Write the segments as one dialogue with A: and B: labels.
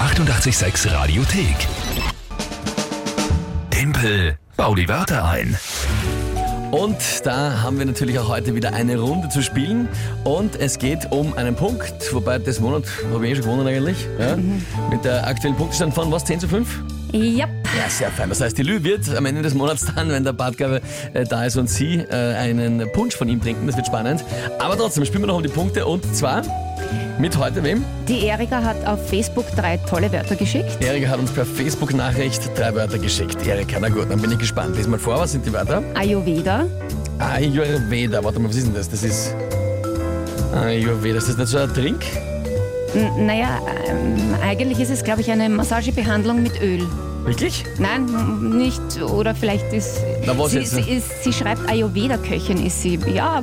A: 886 Radiothek. Tempel, bau die Wörter ein.
B: Und da haben wir natürlich auch heute wieder eine Runde zu spielen. Und es geht um einen Punkt, wobei das Monat habe ich eh schon gewonnen eigentlich. Ja? Mit der aktuellen Punktestand von was, 10 zu 5?
C: Ja,
B: Ja, sehr fein. Das heißt, die Lü wird am Ende des Monats dann, wenn der Badgabe äh, da ist und sie äh, einen Punsch von ihm trinken. Das wird spannend. Aber trotzdem spielen wir noch um die Punkte. Und zwar mit heute wem?
C: die Erika hat auf Facebook drei tolle Wörter geschickt.
B: Erika hat uns per Facebook-Nachricht drei Wörter geschickt. Erika, na gut, dann bin ich gespannt. Lies mal vor, was sind die Wörter?
C: Ayurveda,
B: Ayurveda, warte mal, was ist denn das? Das ist. Ayurveda, ist das nicht so ein Trink?
C: N naja, ähm, eigentlich ist es, glaube ich, eine Massagebehandlung mit Öl.
B: Wirklich?
C: Nein, m- nicht, oder vielleicht ist...
B: Na, was
C: sie,
B: jetzt?
C: sie, ist sie schreibt Ayurveda-Köchin ist sie. Ja,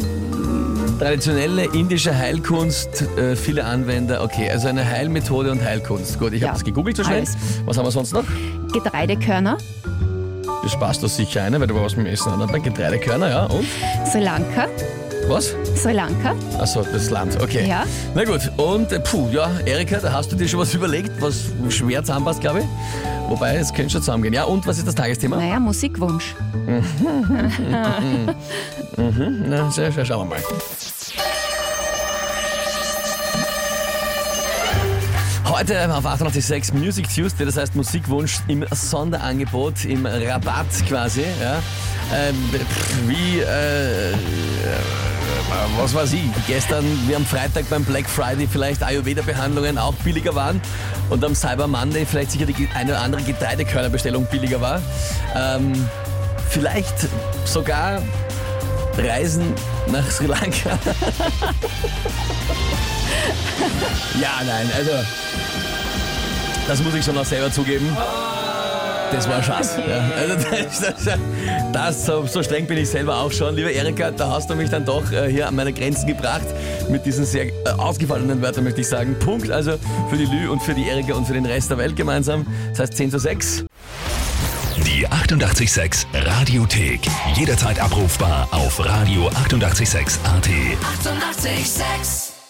B: Traditionelle indische Heilkunst, äh, viele Anwender. Okay, also eine Heilmethode und Heilkunst. Gut, ich
C: Ja,
B: habe das gegoogelt so schnell.
C: alles.
B: Was haben wir sonst noch?
C: Getreidekörner,
B: Das passt doch sicher eine, weil du was mit dem Essen an. Bei Getreidekörner, ja. Und?
C: Sri Lanka,
B: Was?
C: Sri Lanka.
B: Achso, das Land, okay.
C: Ja.
B: Na gut, und äh, puh, ja, Erika, da hast du dir schon was überlegt, was schwer zusammenpasst, glaube ich. Wobei, es könnte schon zusammengehen. Ja, und was ist das Tagesthema?
C: Naja, Musikwunsch.
B: Na, sehr schön, schauen wir mal. Heute auf 886 Music Tuesday, das heißt Musikwunsch im Sonderangebot, im Rabatt quasi. Ja. Ähm, pff, wie, äh, äh, was weiß ich, gestern, wir am Freitag beim Black Friday vielleicht Ayurveda-Behandlungen auch billiger waren und am Cyber Monday vielleicht sicher die eine oder andere Getreidekörnerbestellung billiger war. Ähm, vielleicht sogar Reisen nach Sri Lanka. ja, nein, also das muss ich schon auch selber zugeben. Das war Schatz. Ja. Also das, das, das, so, so streng bin ich selber auch schon. Liebe Erika, da hast du mich dann doch äh, hier an meine Grenzen gebracht mit diesen sehr äh, ausgefallenen Wörtern, möchte ich sagen. Punkt also für die Lü und für die Erika und für den Rest der Welt gemeinsam. Das heißt 10 zu 6.
A: Die 886 Radiothek. Jederzeit abrufbar auf radio886.at. 886! 886.
D: 886